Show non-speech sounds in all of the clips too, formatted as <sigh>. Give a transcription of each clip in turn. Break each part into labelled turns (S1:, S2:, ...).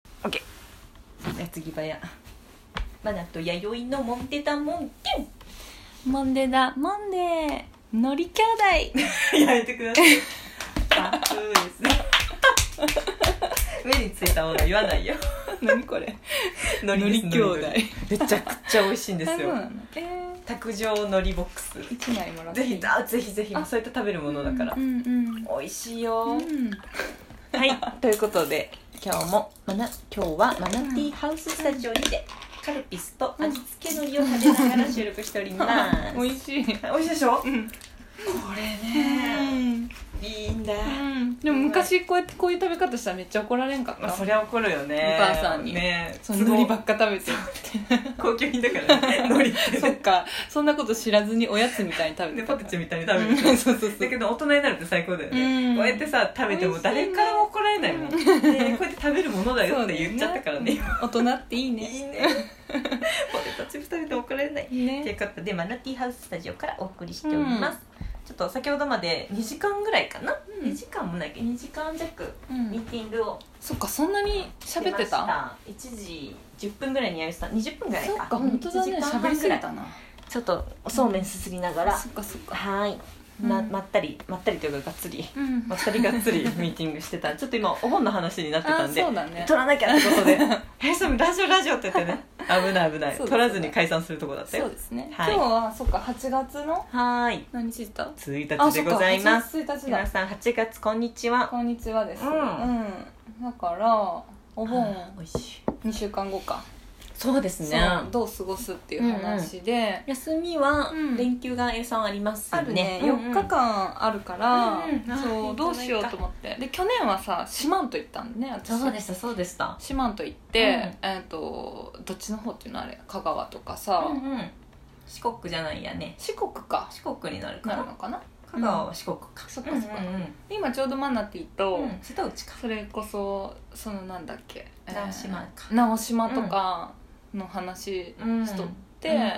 S1: オッケーじゃあ次バヤバナと弥生のモンテタモンテ
S2: モンデだモンデのり兄弟
S1: ンやめてくださいバツーですね目についたもの言わないよ
S2: <laughs> 何これ
S1: の
S2: り兄弟
S1: めちゃくちゃ美味しいんですよ
S2: あそうなのえ
S1: 卓上のりボックス
S2: ー、1枚もらって
S1: ぜひあぜひぜひ
S2: あ
S1: そういった食べるものだから、
S2: うんうん、
S1: 美味しいよ、
S2: うん、
S1: はいということで今日もマナ今日はマナティーハウススタジオにてカルピスと味付けのりを食べながら収録しております
S2: 美味しい
S1: 美味しいでしょこ
S2: うん
S1: れ
S2: うん
S1: いいんだ
S2: うんでも昔こうやってこういう食べ方したらめっちゃ怒られんかった、
S1: まあそりゃ怒るよね
S2: お母さんに
S1: ね
S2: その海苔ばっか食べて
S1: 高級品だから
S2: <laughs>
S1: ね海苔って
S2: そっかそんなこと知らずにおやつみたいに食べ
S1: で
S2: て
S1: ポ
S2: た
S1: テチみたいに食べる、
S2: うんそうそうそ
S1: だ
S2: う
S1: けど大人になるって最高だよね、
S2: うん
S1: こうやってさ食べても誰からも怒られない
S2: <laughs>
S1: もん、ねこうやって食べるものだよって言っちゃったからね
S2: 大人っていいね
S1: いいねポテトチップ食べても怒られないとい
S2: ね
S1: うことでマナティーハウススタジオからお送りしております、ちょっと先ほどまで2時間ぐらいかな、
S2: うん
S1: 2時間もないけど2時間弱
S2: う
S1: ミー
S2: ん、
S1: ティングを
S2: そっかそんなに
S1: して
S2: 喋っ
S1: ま
S2: て
S1: した1時10分ぐらいにやめてた20分ぐらい
S2: そっ
S1: か
S2: か本当だ
S1: 1
S2: ね
S1: 時間
S2: 喋
S1: 半
S2: り
S1: ぐ
S2: す
S1: ら
S2: ぎ
S1: い
S2: たな
S1: ちょっとおそうめんすすりながら、
S2: そっかそっか
S1: はーいま
S2: うん
S1: まったりまったりというかがっつり
S2: うん
S1: まったりがっつりミーティングして
S2: <laughs>
S1: たちょっと今お本の話になってた
S2: あ
S1: んで
S2: そうだね
S1: 取らなきゃってこと
S2: <laughs>
S1: で「えそれラジオラジオ」って言ってね危ない危ない、
S2: そうですね
S1: 取らずに解散するとこだった
S2: そう
S1: よ
S2: ですね、
S1: はい
S2: 今日はそっか8月の
S1: はーい
S2: 何日だ
S1: 1日でございます
S2: そっか8月1日
S1: 皆
S2: だ
S1: さん8月こんにちは
S2: こんにちはです
S1: う
S2: うんん、だからお
S1: は
S2: 盆
S1: い美味しい
S2: 2週間後か
S1: そうですね
S2: そうどう過ごすっていう話で、
S1: 休みは
S2: うん
S1: 連休が A さんあります
S2: あるね、
S1: うんうん
S2: 4日間あるから、
S1: うんうんあー
S2: そ
S1: いいんじゃないうか
S2: どうしようと思ってで去年はさ四万十行ったんだね私
S1: そうでしたそうでした
S2: 四万十行って、えっとどっちの方っていうのあれ香川とかさ、
S1: うんうん四国じゃないやね
S2: 四国か
S1: 四国になるか
S2: な
S1: ら
S2: るのかな
S1: 香川は四国か、
S2: そっかそっか
S1: うんうんうん
S2: で今ちょうどマナティと、
S1: うん、瀬戸内か
S2: それこそそのなんだっけ
S1: 直島か
S2: 直島とかの話
S1: うん
S2: しとって、
S1: うんうん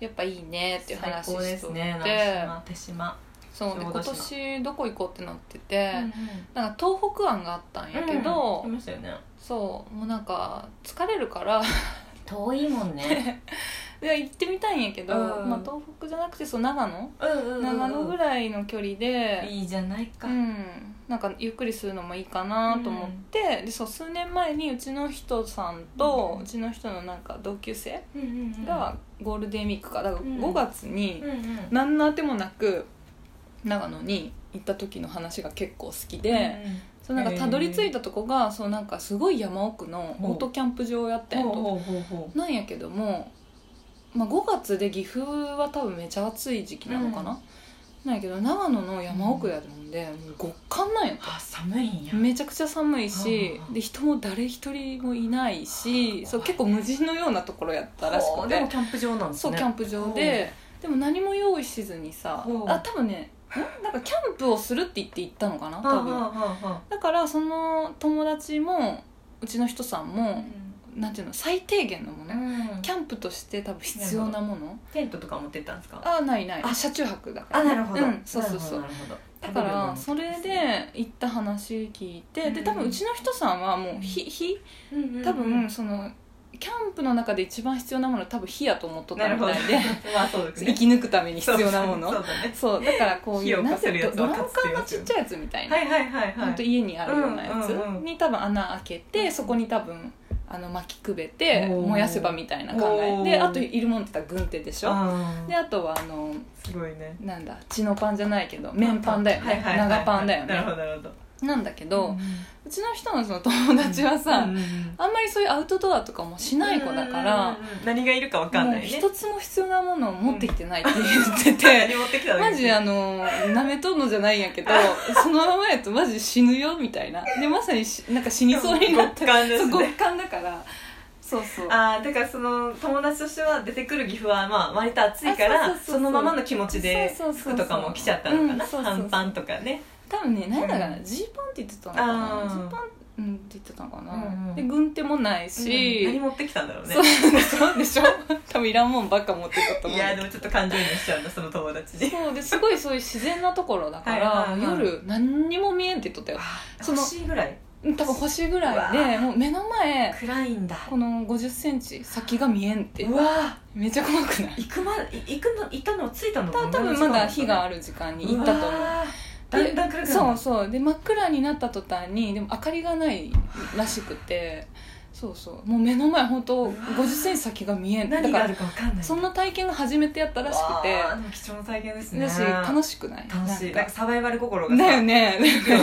S2: やっぱいいねっていう話
S1: 最高で
S2: しと
S1: す
S2: って、
S1: ね直島手島、
S2: そうで
S1: 小
S2: 今
S1: 豆島
S2: 年どこ行こうってなってて、
S1: うん
S2: なんか東北案があったんやけど、
S1: うん行きましたよね
S2: そうもうなんか疲れるから <laughs>
S1: 遠いもんね
S2: いや行ってみたいんやけど、
S1: うん
S2: まあ、東北じゃなくてそう長野、
S1: <laughs> うんうんうんうん
S2: 長野ぐらいの距離で、
S1: いいじゃないか、
S2: うんなんかゆっくりするのもいいかなと思って、でそう数年前にうちの人さんと、
S1: う
S2: うちの人のなんか同級生
S1: うんうんうん
S2: がゴールデンウィークかだから
S1: うん
S2: 5月に
S1: うんうん
S2: 何のあてもなく長野に行った時の話が結構好きで。そうなんかたどり着いたとこがそうなんかすごい山奥のオートキャンプ場やってん
S1: ほう
S2: と
S1: ほうほうほ
S2: なんやけども、まあ、5月で岐阜は多分めちゃ暑い時期なのかな、なんやけど長野の山奥やるんで、もう極寒なんや
S1: あ寒いんや
S2: めちゃくちゃ寒いし
S1: ああ
S2: で人も誰一人もいないしそう結構無人のようなところやったらし
S1: ほう
S2: く
S1: でも
S2: て
S1: キャンプ場なんですね
S2: そうキャンプ場ででも何も用意しずにさ
S1: ほう
S2: あ多分ねんなんかキャンプをするって言って行ったのかな
S1: はあ
S2: 多分
S1: は。あはあはあ
S2: だからその友達もうちの人さんも、なんていうの最低限のもの、
S1: うん
S2: キャンプとして多分必要なもの
S1: テントとか持ってったんですか
S2: あないない
S1: あ
S2: 車中泊だから
S1: あなるほど、
S2: うんそうそうそう
S1: なるほど
S2: だからそれで行った話聞いて、で多分うちの人さんはもう火火多分そのキャンプの中で一番必要なものは多分火やと思っとっ
S1: な
S2: た
S1: る
S2: み
S1: ほど
S2: たいで
S1: <laughs> まあそうです
S2: 生
S1: ね
S2: き抜くために必要な
S1: <laughs>
S2: も
S1: そ
S2: の
S1: うだね
S2: そうだからこういう
S1: 火を
S2: なん
S1: 起こせる
S2: て
S1: や
S2: ド
S1: つは
S2: ドラム缶の
S1: 活
S2: ち
S1: 用
S2: っちゃいやつみたいな
S1: はいはいはい
S2: ほ
S1: は
S2: んと
S1: い
S2: 家にあるようなやつ
S1: うんうんうん
S2: に多分穴開けてそこに多分あの巻きくべて
S1: おー
S2: 燃やせばみたいな考
S1: おー
S2: えであといるもんって言ったら軍手でしょ
S1: あー
S2: であとはあの
S1: すごいね
S2: なんだチノパンじゃないけど麺パンだよ
S1: はい
S2: ね
S1: はいはい
S2: 長パンだよ
S1: なるほど
S2: ね
S1: なるほど
S2: なんだけ
S1: う
S2: ど
S1: ん
S2: うちの人のその友達はさ
S1: うんうんうん
S2: あんまりそういうアウトドアとかもしない子だから
S1: うんうんうん何がいるかわかん
S2: も
S1: な
S2: う
S1: いね
S2: 一つも必要なものを持ってきてないって
S1: <laughs>
S2: 言ってて
S1: 何持ってきたの
S2: マジあのなめとんのじゃないんや
S1: <laughs>
S2: けどそのままやとマジ死ぬよみたいなでまさにしなんか死にそうになって
S1: 極寒ですね
S2: そう極寒だからそうそう
S1: あーだからその友達としては出てくる岐阜はまあ割と暑いから
S2: あ
S1: そ
S2: そうそうそうそう
S1: のままの気持ちで
S2: そうそうそうそう
S1: 服とかも着ちゃったのかな、
S2: うんそうそうそう
S1: 短パンとかね
S2: 多分ね何だかな
S1: うん
S2: ジー、パンって言ってたのかな
S1: あー
S2: ジーパンうんって言ってたのかな、
S1: うんうん
S2: で軍手もないし、
S1: 何持ってきたんだろうね
S2: そうそうでしょ多分いらんもんばっか持ってたと思
S1: いうやでもちょっと感情移入しちゃうんだその友達に
S2: そうですごいそういう自然なところだから
S1: はいはいはい
S2: 夜何にも見えんって言っとったよ
S1: あ
S2: その
S1: 欲しいぐらい
S2: うん多分星ぐらいでもう目の前
S1: 暗いんだ
S2: この5 0ンチ先が見えんって
S1: うわ
S2: めっちゃ怖くない
S1: 行くまい行くの行ったの着いたの
S2: た多分まだ火が
S1: あ
S2: ある時間に行ったと思う
S1: だんだん暗くな
S2: で
S1: る
S2: そうそうで真っ暗になった途端にでも明かりがないらしくてそうそうもう目の前本当
S1: うわ
S2: 5 0センチ先が見えんだ
S1: 何
S2: か
S1: があ
S2: ら
S1: るかわかんない
S2: そんな体験が初めてやったらしくて
S1: わあでも貴重な体験ですね
S2: だし楽しくない
S1: 楽しいなん
S2: なん
S1: か
S2: か
S1: サバイバル心がさ
S2: だよね
S1: だよ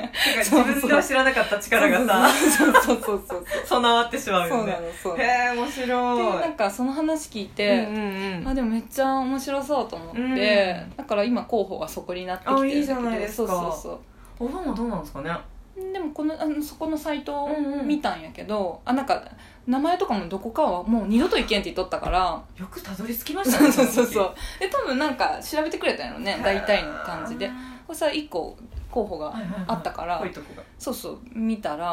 S1: なんか自分では知らなかった力がさ
S2: そうそうそうそ
S1: <laughs>
S2: う
S1: 備わってしまう
S2: そ
S1: よ
S2: うな
S1: ね
S2: のそう
S1: へ
S2: で
S1: え面白い
S2: なんかその話聞い
S1: うん
S2: て
S1: うんうん
S2: あでもめっちゃ面白そうと思っ
S1: うん
S2: てだから今候補がそこになってきてるんだけ
S1: あいいじゃないですか
S2: そうそうそう
S1: お盆はどうなんですかね
S2: でもこのあのそこのサイトを
S1: うんうん
S2: 見たんやけど、あなんか名前とかもどこかはもう二度と行けんって言っとったから
S1: よくたどり着きました
S2: そう
S1: ね
S2: そうそうそ
S1: の
S2: うで多分なんか調べてくれたんやろね
S1: 時
S2: 大体の感じで
S1: は
S2: これさ1個候補
S1: い
S2: が
S1: はいはい
S2: あったから、
S1: こういうとこが
S2: そうそう見たら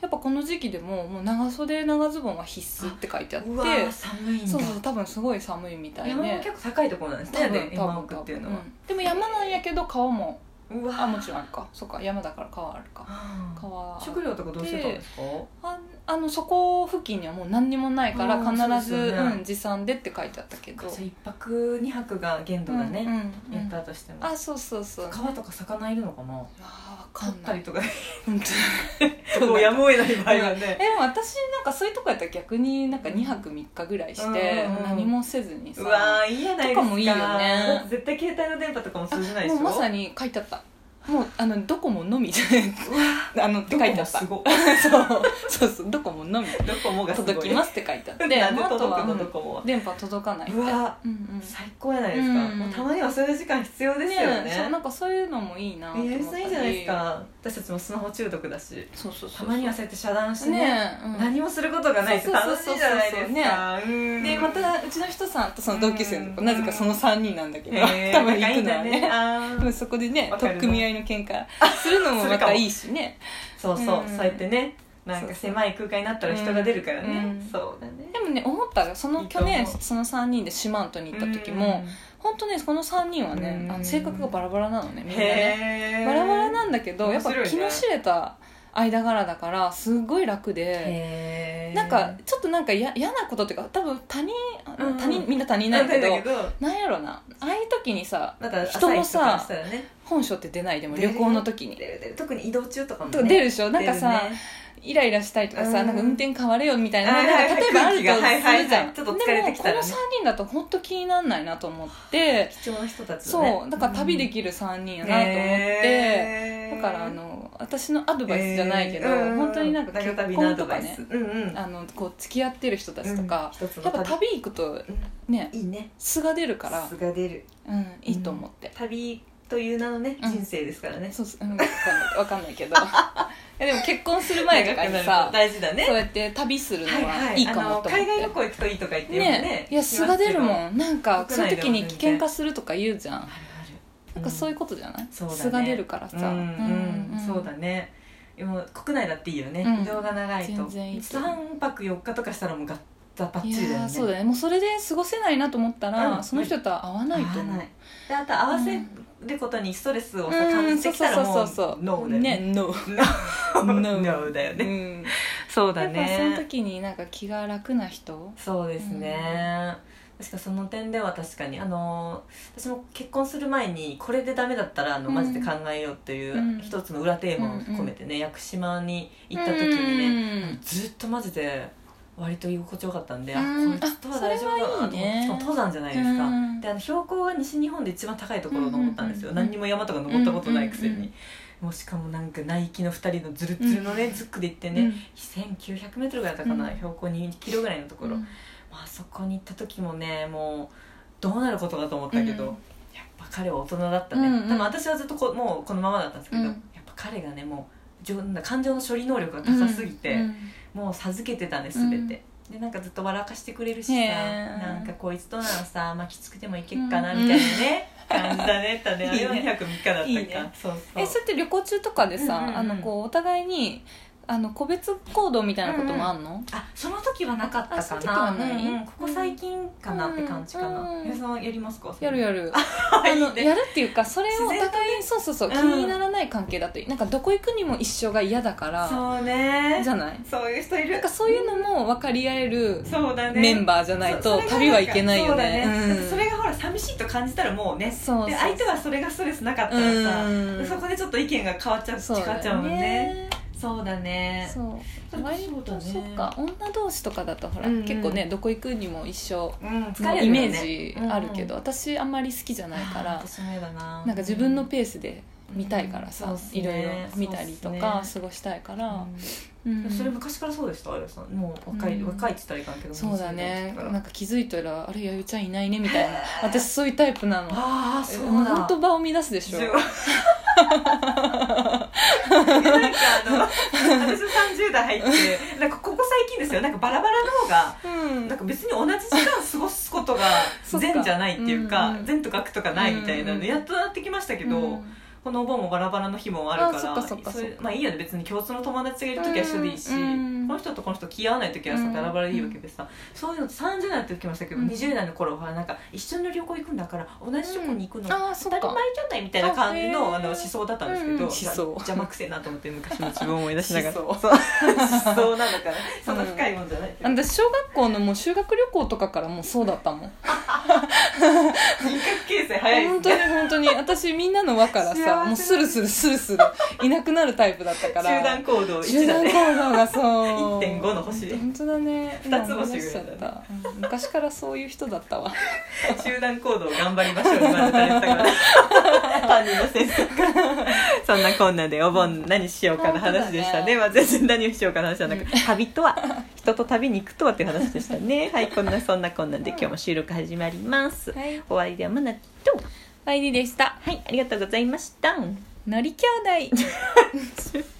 S2: やっぱこの時期でももう長袖長ズボンは必須って書いてあって
S1: うわー寒いんだ
S2: そうそう多分すごい寒いみたい
S1: 山も
S2: ね
S1: 結構高いところなんです
S2: 多
S1: ね
S2: 分
S1: ね
S2: 多
S1: 山
S2: 分
S1: 奥
S2: 多
S1: ってい
S2: 分、
S1: う
S2: う
S1: のは
S2: んでも山なんやけど川も
S1: うわ
S2: あもちろんあるかそうか山だから川あるか
S1: ろ
S2: 川ある
S1: 食料とかどうしてたんですか
S2: ああのそこ付近にはもう何にもないから
S1: うん
S2: 必ず
S1: そう
S2: う、
S1: ですよね
S2: ん、持参でって書いてあったけど
S1: じゃあ一泊二泊が限度だね、
S2: うんうん
S1: やったとしても
S2: あそうそうそう
S1: 川とか魚いるのかな
S2: あ分
S1: 飼
S2: か
S1: っ
S2: んな
S1: た
S2: い
S1: りとか
S2: 本当に
S1: もうやむを得ない場合はね
S2: えでも私なんかそういうとこやったら逆になんか2泊3日ぐらいして
S1: うんうん
S2: 何もせずに
S1: う
S2: さ
S1: わーいいやないです
S2: と
S1: か
S2: かもいいよね
S1: だって絶対携帯の電波とかも通じないで
S2: も
S1: し
S2: う
S1: ょ
S2: まさ
S1: に
S2: に書いてあったもうあのドコモのみじゃ
S1: <laughs>
S2: ないあのって
S1: ど
S2: 書
S1: こ
S2: いてあ
S1: も
S2: った
S1: す
S2: そう
S1: ごい
S2: そうそうドコモのみ
S1: ドコモがすごい
S2: 届きますって書いてあって
S1: <laughs> なんで
S2: もうあと
S1: 届
S2: は
S1: くのドコモは
S2: うん電波届かないって
S1: うわ
S2: うんうん
S1: 最高じゃないですか、
S2: うん
S1: もうたまにはそういう時間必要ですよね
S2: えそうなんかそういうのもいいなと
S1: い
S2: 思った
S1: や別に
S2: り
S1: いいじゃないですか私たちもスマホ中毒だし
S2: そうそうそう
S1: たまにはそうやって遮断してね
S2: ねえ、うん
S1: 何もすることがないって楽しいじゃないですかうん
S2: でま <laughs> たうちの人さんとその同級生の子
S1: うん
S2: なぜかその3人なんだけど、
S1: へー
S2: 多分行く
S1: 仲
S2: のは
S1: いいんだ
S2: ね
S1: あ
S2: 多
S1: ー
S2: 分そこでね
S1: わか
S2: 取
S1: る
S2: っ
S1: な
S2: 組み合いの喧嘩するのもまたいいしね
S1: そうそう、
S2: うん
S1: そうやってねなんか狭い空間になったら人が出るからね、
S2: うん
S1: そうだね
S2: でもね思ったらそ
S1: い
S2: の
S1: いと
S2: 去
S1: 思う
S2: 年その3人で四万十に行った時も、本当ねその3人はね
S1: うん
S2: あの性格がバラバラなのね
S1: うん
S2: みんなね
S1: へえ
S2: バラバラなんだけどや
S1: 面
S2: っぱ
S1: 白いね
S2: 気の知れた間柄だからすごい楽で。
S1: へえ
S2: なんかちょっとなんかや嫌なことっていうか多分他人あ
S1: うんうん
S2: 他人みんな他人な
S1: なんん
S2: だけ
S1: だ
S2: ど
S1: けど
S2: なんやろなああいう時にさ
S1: また
S2: 人も
S1: 朝一
S2: さ
S1: とかしたらね
S2: 本性って出ないでも
S1: 出る
S2: 旅行の時に
S1: 出る出る特に移動中とかも、
S2: と
S1: ね、
S2: か出るでしょなんかさ、イライラしたりとかさ、
S1: うん
S2: なんか運転変われよみたいな,、
S1: はいはいはい
S2: なんか例えばあるとす
S1: 空気がはいはいはい
S2: るじゃん、
S1: ちょっと疲れてきたらね
S2: でもこの3人だと本当気にならないなと思って、
S1: 貴重な人たちだね
S2: そうだから旅できる3人やなと思って、
S1: へー
S2: だからあの私のアドバイスじゃないけど、
S1: えーうん
S2: 本当になんか結
S1: 長旅の
S2: 婚
S1: ア
S2: と
S1: ド
S2: か
S1: バイ
S2: ね
S1: スうんうん
S2: あのこう付き合ってる人たちとか、
S1: うん一つの
S2: やっぱ
S1: 旅
S2: 旅行くとね
S1: うんいいね
S2: 素が出るから、
S1: 素が出る
S2: うん、いいと思って。
S1: 旅という名のね
S2: うん
S1: 人生ですからね
S2: そうそう、うん、わかんないわかんな
S1: <laughs>
S2: いけどいやでも結婚する前とかに
S1: 長
S2: さ
S1: くなる大事だね
S2: そうやって旅するの
S1: はい
S2: は
S1: はい
S2: いいかもと思って、
S1: あの海外旅行行くといいとか言ってよく
S2: ねいや素が出
S1: 聞
S2: る
S1: きます
S2: もんなんか
S1: 国
S2: そう
S1: 内
S2: い
S1: で
S2: う
S1: も
S2: 時に危険化するとか言うじゃん、
S1: けどあるある
S2: なんかそういう
S1: う
S2: ことじゃない、
S1: そうだね
S2: 素が出るからさ、
S1: うんうん
S2: ん
S1: そうだねでも国内だっていいよね
S2: うん
S1: 移動が長いと
S2: 全然いいと思う
S1: 3泊4日とかしたらもうガッタバ
S2: い
S1: ッチリだよ
S2: やー
S1: ね
S2: そうだねもうそれで過ごせないなと思ったら、
S1: うん
S2: その人とは合わないと思う
S1: 合わないであと合わせることにストレスをさ感じてきたらもうノーだよ
S2: ね
S1: <laughs> ね
S2: ノー
S1: ノー
S2: No
S1: だよ
S2: う
S1: ね
S2: ん、
S1: そう
S2: や
S1: だ
S2: っぱその
S1: ね
S2: 時になんか気が楽な人
S1: そうですね、確かその点では確かにあの私も結婚する前にこれでダメだったらあの
S2: うん
S1: マジで考えようっていう、
S2: うん
S1: 一つの裏テーマを込めてね、屋久島に行った時にね、
S2: ね
S1: ずっとマジで割と居心地よかったんで、
S2: うん
S1: あこれ人は大丈夫だなと思って
S2: あそれはいいね
S1: しかも登山じゃないですか、
S2: うん
S1: であの標高が西日本で一番高いところを登ったんですよ、
S2: うんうんうん
S1: 何にも山とか登ったことないくせに、
S2: うんうんうん
S1: もうしかもなんかナイキの2人のズルズルのね、ズックで行ってね、1900m ぐらいだったかな、
S2: うん
S1: 標高2キロぐらいのところ、
S2: うん
S1: まあそこに行った時もねもうどうなることかと思ったけど、
S2: うん
S1: やっぱ彼は大人だったね、
S2: うんうん
S1: でも私はずっとこもうこのままだったんですけど、
S2: うん
S1: やっぱ彼がねもうじょ感情の処理能力が高すぎて、
S2: うん
S1: もう授けてたね全て、でなんかずっと笑かしてくれるし
S2: へ
S1: さ
S2: ー
S1: なんかこいつとならさ、まあ、きつくてもいけっかなみたいなね、感じだねったねあれはい
S2: いね
S1: 2泊3日だったか
S2: いいね
S1: そうそう
S2: えそうやって旅行中とかでさ、
S1: うんうんうん
S2: あのこうお互いにあの個別行動みたいなこともあんの、
S1: あその時はなかった
S2: あ
S1: か
S2: その時
S1: な
S2: はない
S1: うんうんここ最近かなって感じかな、
S2: うん
S1: 皆さんやりますか
S2: やる
S1: <laughs>
S2: やる
S1: か
S2: あ
S1: い
S2: の
S1: いね
S2: やるっていうかそれをお互
S1: 自
S2: いそうそうそう
S1: うん
S2: 気にならない関係だといいなんかどこ行くにも一緒が嫌だから
S1: そうね
S2: じゃない
S1: そういう人いる
S2: なんかそういうのも分かり合える
S1: そうだね
S2: メンバーじゃない
S1: そ
S2: と
S1: うそれ
S2: 旅
S1: が
S2: はいけないよね
S1: そうだ
S2: うん
S1: だってそれがほら寂しいと感じたらもうね
S2: そうそう
S1: で相手はそれがストレスなかったらさ、
S2: うん
S1: そこでちょっと意見が変わっちゃう
S2: そう
S1: 違っちゃうもんねそうだね
S2: そう
S1: そう
S2: 割
S1: そうだ
S2: と
S1: ね
S2: そっか女同士とかだとほら
S1: うんうん
S2: 結構ねどこ行くにも一緒
S1: うん疲
S2: の
S1: れる
S2: イ
S1: よ
S2: メ
S1: ね
S2: ージあるけ
S1: う
S2: ど
S1: ん
S2: 私あんまり好きじゃないか
S1: あ
S2: ら
S1: ー私も嫌だな
S2: なんか自分のペースで見たいから
S1: うん
S2: さ
S1: そうっすね
S2: いろいろ見たりと
S1: そう
S2: か
S1: っす
S2: 過ごしたいか
S1: う
S2: ら
S1: ん
S2: うん
S1: それ昔からそうでしたあれさんもう若い、
S2: うん
S1: 若いって言ったらいかんけど
S2: そうだ
S1: 20代
S2: ね
S1: の時から
S2: なんか気づいたらあれ弥生ちゃんいないねみたいな
S1: <laughs>
S2: 私そういうタイプなの
S1: ああそうだ
S2: もう本当場を乱すでしょ
S1: 十 <laughs> なんかあの私30代入ってなんかここ最近ですよなんかバラバラの方が
S2: うん
S1: なんか別に同じ時間過ごすことが
S2: そっか
S1: 善じゃないっていうか
S2: うんうん
S1: 善とか悪とかないみたいな
S2: うんう
S1: の
S2: ん
S1: やっとなってきましたけど、
S2: うん
S1: このお盆もバラバラの日もあるから
S2: あそっかそっか
S1: それ
S2: そっか
S1: まあいいよね別に共通の友達がいる時は一緒でいいし、
S2: うんうん
S1: この人とこの人気合わない時は
S2: う
S1: さ
S2: ん
S1: バラバラでいいわけでさ、そういうのって30代になってきましたけど、
S2: うん
S1: 20代の頃はなんか一緒の旅行行くんだから同じとこに行くの、
S2: ああそ
S1: 当
S2: った
S1: り
S2: か
S1: 前じゃないみたいな感じ
S2: あへ
S1: の
S2: ー
S1: あの思想だったんですけど、
S2: うん思
S1: じゃ
S2: 想
S1: 邪魔くせえなと思って昔の自分を思い出しながら
S2: <laughs> 思
S1: そう思想なのかなそんな深いもんじゃないけ
S2: あ
S1: ど、
S2: 私小学校のもう修学旅行とかからもうそうだったもん
S1: 人格形成早いですね
S2: 本当に本当に私みんなの輪から
S1: <laughs> 幸せだ
S2: さもうスルスルスルスルいなくなるタイプだった
S1: <laughs>
S2: か
S1: 集
S2: ら
S1: 団行動
S2: 集
S1: 1だ
S2: 団
S1: ね
S2: 行動
S1: <laughs>
S2: がそう
S1: 1.5の星
S2: 本当だね
S1: 二つ星ぐらいだね
S2: 今思出しちゃったうん昔からそういう人だったわ
S1: <laughs> 集団行動を頑張りましょうに言われたりしたから担任の先生からそんなこんなでお盆何しようかの話でした
S2: 本当だ
S1: ね
S2: ね
S1: まあ、全然何をしようかの話じゃなくて旅とは人と旅に行くとはっていう話でしたねはいこんなそんなこんなんで今日も収録始まります、
S2: はい
S1: 終わりではマナと
S2: アイリでした
S1: はいありがとうございました
S2: のり兄弟